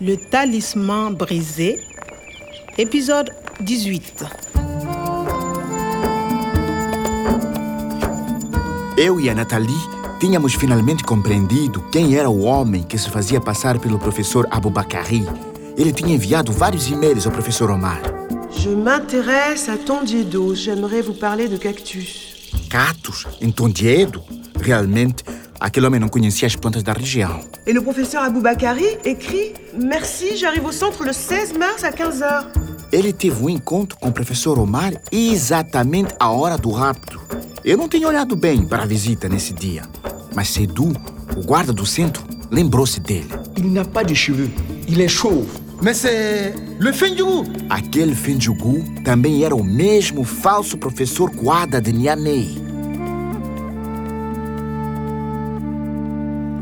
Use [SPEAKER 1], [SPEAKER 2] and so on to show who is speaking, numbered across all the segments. [SPEAKER 1] Le talisman brisé, épisode 18.
[SPEAKER 2] Eu e a Nathalie tínhamos finalmente compreendido quem era o homem que se fazia passar pelo professor Aboubakari. Ele tinha enviado vários e-mails ao professor Omar.
[SPEAKER 3] Je m'intéresse à Tondiedo. J'aimerais vous parler de cactus.
[SPEAKER 2] Catos, entendido? Realmente, aquele homem não conhecia as plantas da região.
[SPEAKER 3] Et le professeur Aboubakari écrit Merci, j'arrive au centre le 16 mars à 15h.
[SPEAKER 2] Ele teve um encontro com o professor Omar exatamente à hora do rapto. Eu não tinha olhado bem para a visita nesse dia, mas Sedu, o guarda do centro, lembrou-se dele.
[SPEAKER 4] Il n'a pas de cheveux. Il est chauve.
[SPEAKER 5] Mais c'est le fin du goût.
[SPEAKER 2] Aquele Fenjugu também era o mesmo falso professor Quada de Niamey.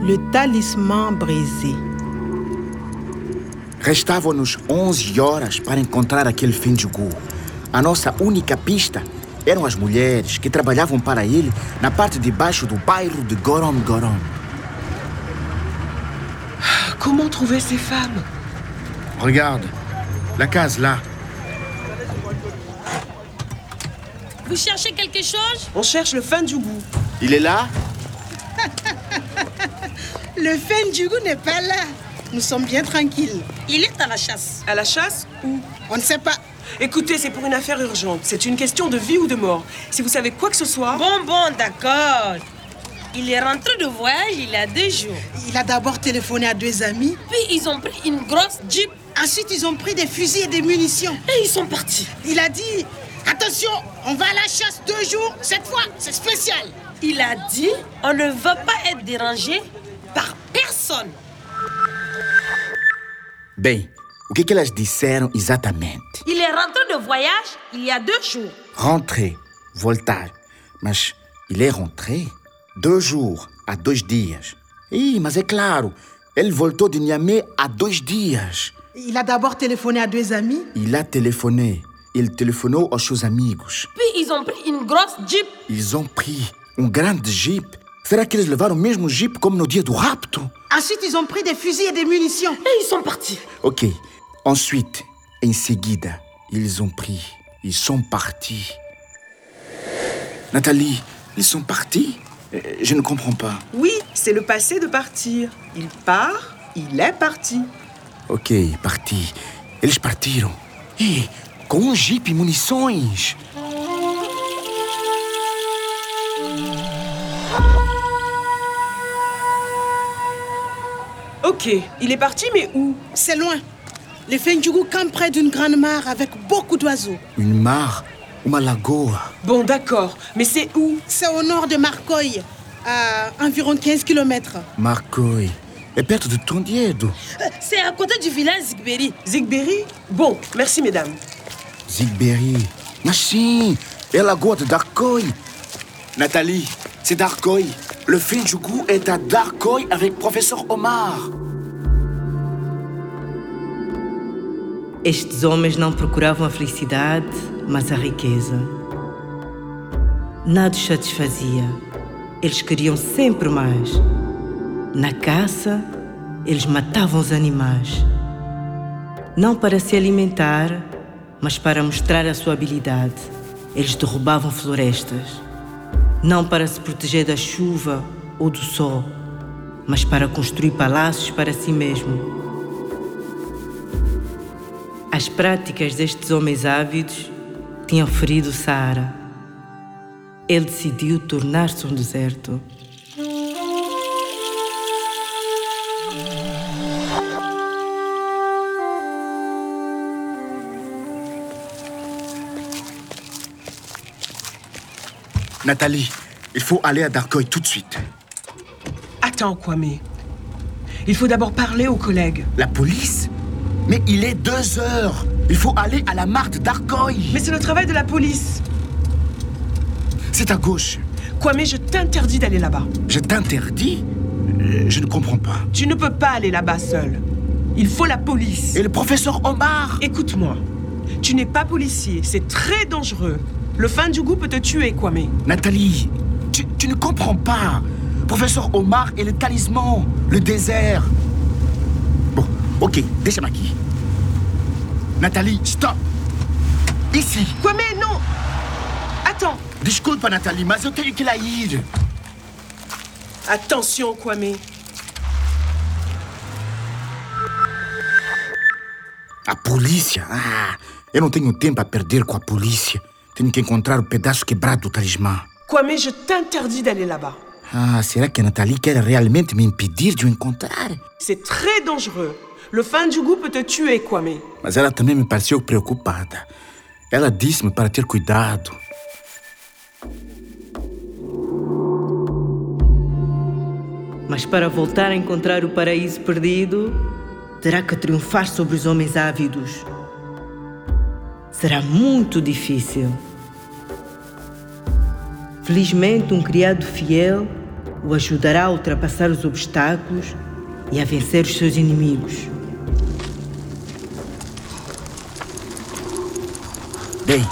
[SPEAKER 1] Le talisman brisé.
[SPEAKER 2] Restavam-nos 11 horas para encontrar aquele Fenjugu. A nossa única pista eram as mulheres que trabalhavam para ele na parte de baixo do bairro de Gorom Gorom.
[SPEAKER 3] Ah, Comment trouver ces femmes
[SPEAKER 5] Regarde, la case là.
[SPEAKER 6] Vous cherchez quelque chose
[SPEAKER 3] On cherche le fin du goût.
[SPEAKER 2] Ele é lá?
[SPEAKER 7] Le Fendjougou n'est pas là. Nous sommes bien tranquilles. Il est à la chasse.
[SPEAKER 3] À la chasse
[SPEAKER 7] On ne sait pas.
[SPEAKER 3] Écoutez, c'est pour une affaire urgente. C'est une question de vie ou de mort. Si vous savez quoi que ce soit.
[SPEAKER 6] Bon, bon, d'accord. Il est rentré de voyage il y a deux jours.
[SPEAKER 7] Il a d'abord téléphoné à deux amis.
[SPEAKER 6] Puis ils ont pris une grosse jeep
[SPEAKER 7] Ensuite, ils ont pris des fusils et des munitions.
[SPEAKER 6] et ils sont partis.
[SPEAKER 7] Il a dit Attention, on va à la chasse deux jours. Cette fois, c'est spécial.
[SPEAKER 6] Il a dit on ne veut pas être dérangé par personne.
[SPEAKER 2] Bem, o que, que elas disseram exatamente?
[SPEAKER 6] Il est rentré de voyage il y a deux jours.
[SPEAKER 2] Rentrer, voltar. Mas ele é rentré? Dois jours, há dois dias. Ih, mas é claro, ele voltou de Niamey há dois dias.
[SPEAKER 7] Il a d'abord téléphoné à deux amis.
[SPEAKER 2] Il a téléphoné. Ele telefonou aos seus amigos.
[SPEAKER 6] Puis ils ont pris une grosse jeep.
[SPEAKER 2] Ils ont pris um grande jeep. Será que eles levaram o mesmo jeep como no dia do rapto?
[SPEAKER 7] Ensuite, ils ont pris des fusils et des munitions.
[SPEAKER 6] Et ils sont partis.
[SPEAKER 2] Ok. Ensuite, em seguida, ils ont pris. Ils sont partis. Nathalie, ils sont partis Euh, Je ne comprends pas.
[SPEAKER 3] Oui, c'est le passé de partir. Il part, il est parti.
[SPEAKER 2] Ok, parti. Eles partiram. Ih, com um jeep e munições.
[SPEAKER 3] Ok, il est parti, mais où
[SPEAKER 7] C'est loin. Le Fendjougou campe près d'une grande mare avec beaucoup d'oiseaux.
[SPEAKER 2] Une mare, uma lagoa.
[SPEAKER 3] Bon, d'accord, mais c'est où
[SPEAKER 7] C'est au nord de Marcoy, à environ 15 km.
[SPEAKER 2] Marcoi. É perto de Tondiedo.
[SPEAKER 6] C'est à côté du village Zigberi.
[SPEAKER 3] Zigberry Bon, merci, mesdames.
[SPEAKER 2] Zigberry. Mas sim, é a lagoa de Darkoi. Nathalie, c'est Darkoi. Le Finjugu est à Darkoi avec professeur Omar.
[SPEAKER 8] Estes homens não procuravam a felicidade, mas a riqueza. Nada os satisfazia. Eles queriam sempre mais. Na caça, eles matavam os animais. Não para se alimentar, mas para mostrar a sua habilidade. Eles derrubavam florestas. Não para se proteger da chuva ou do sol, mas para construir palácios para si mesmo. As práticas destes homens ávidos tinham ferido o Saara. Ele decidiu tornar-se um deserto.
[SPEAKER 2] Nathalie, il faut aller à Darkoi tout de suite.
[SPEAKER 3] Attends, Kwame. Il faut d'abord parler aux collègues.
[SPEAKER 2] La police Mais il est deux heures. Il faut aller à la mare de Darkoi.
[SPEAKER 3] Mais c'est le travail de la police.
[SPEAKER 2] C'est à gauche.
[SPEAKER 3] Kwame, je t'interdis d'aller là-bas.
[SPEAKER 2] Je t'interdis Euh, Je ne comprends pas.
[SPEAKER 3] Tu ne peux pas aller là-bas seul. Il faut la police.
[SPEAKER 2] Et le professeur Omar
[SPEAKER 3] Écoute-moi. Tu n'es pas policier. C'est très dangereux. Le fin du goût peut te tuer, Kwame.
[SPEAKER 2] Nathalie, tu, tu ne comprends pas. Professeur Omar et le talisman, le désert. Bon, Ok, deixa-me aqui. Nathalie, stop! Ici!
[SPEAKER 3] Quoi, mais non Attends
[SPEAKER 2] Desculpa, Nathalie, mas eu tenho que lá ir.
[SPEAKER 3] Attention, Kwame.
[SPEAKER 2] A polícia? Ah, eu não tenho tempo a perder com a polícia. Tenho que encontrar o pedaço quebrado do talismã.
[SPEAKER 3] Kwame, je t'interdis d'aller là-bas.
[SPEAKER 2] Ah, será que a Nathalie quer realmente me impedir de o encontrar?
[SPEAKER 3] C'est très dangereux. Le fin du goût peut te tuer, Kwame.
[SPEAKER 2] Mas ela também me pareceu preocupada. Ela disse-me para ter cuidado.
[SPEAKER 8] Mas para voltar a encontrar o paraíso perdido, terá que triunfar sobre os homens ávidos. Será muito difícil. Felizmente, um criado fiel o ajudará a ultrapassar os obstáculos e a vencer os seus inimigos.
[SPEAKER 2] Bem,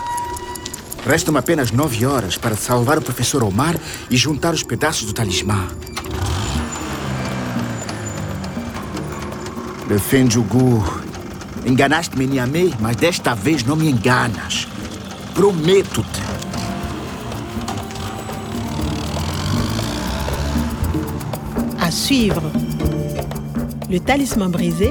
[SPEAKER 2] restam apenas nove horas para salvar o professor Omar e juntar os pedaços do talismã. Le Fenjugu, enganaste-me, Niamey, mas desta vez não me enganas. Prometo-te.
[SPEAKER 1] À suivre. Le Talisman brisé,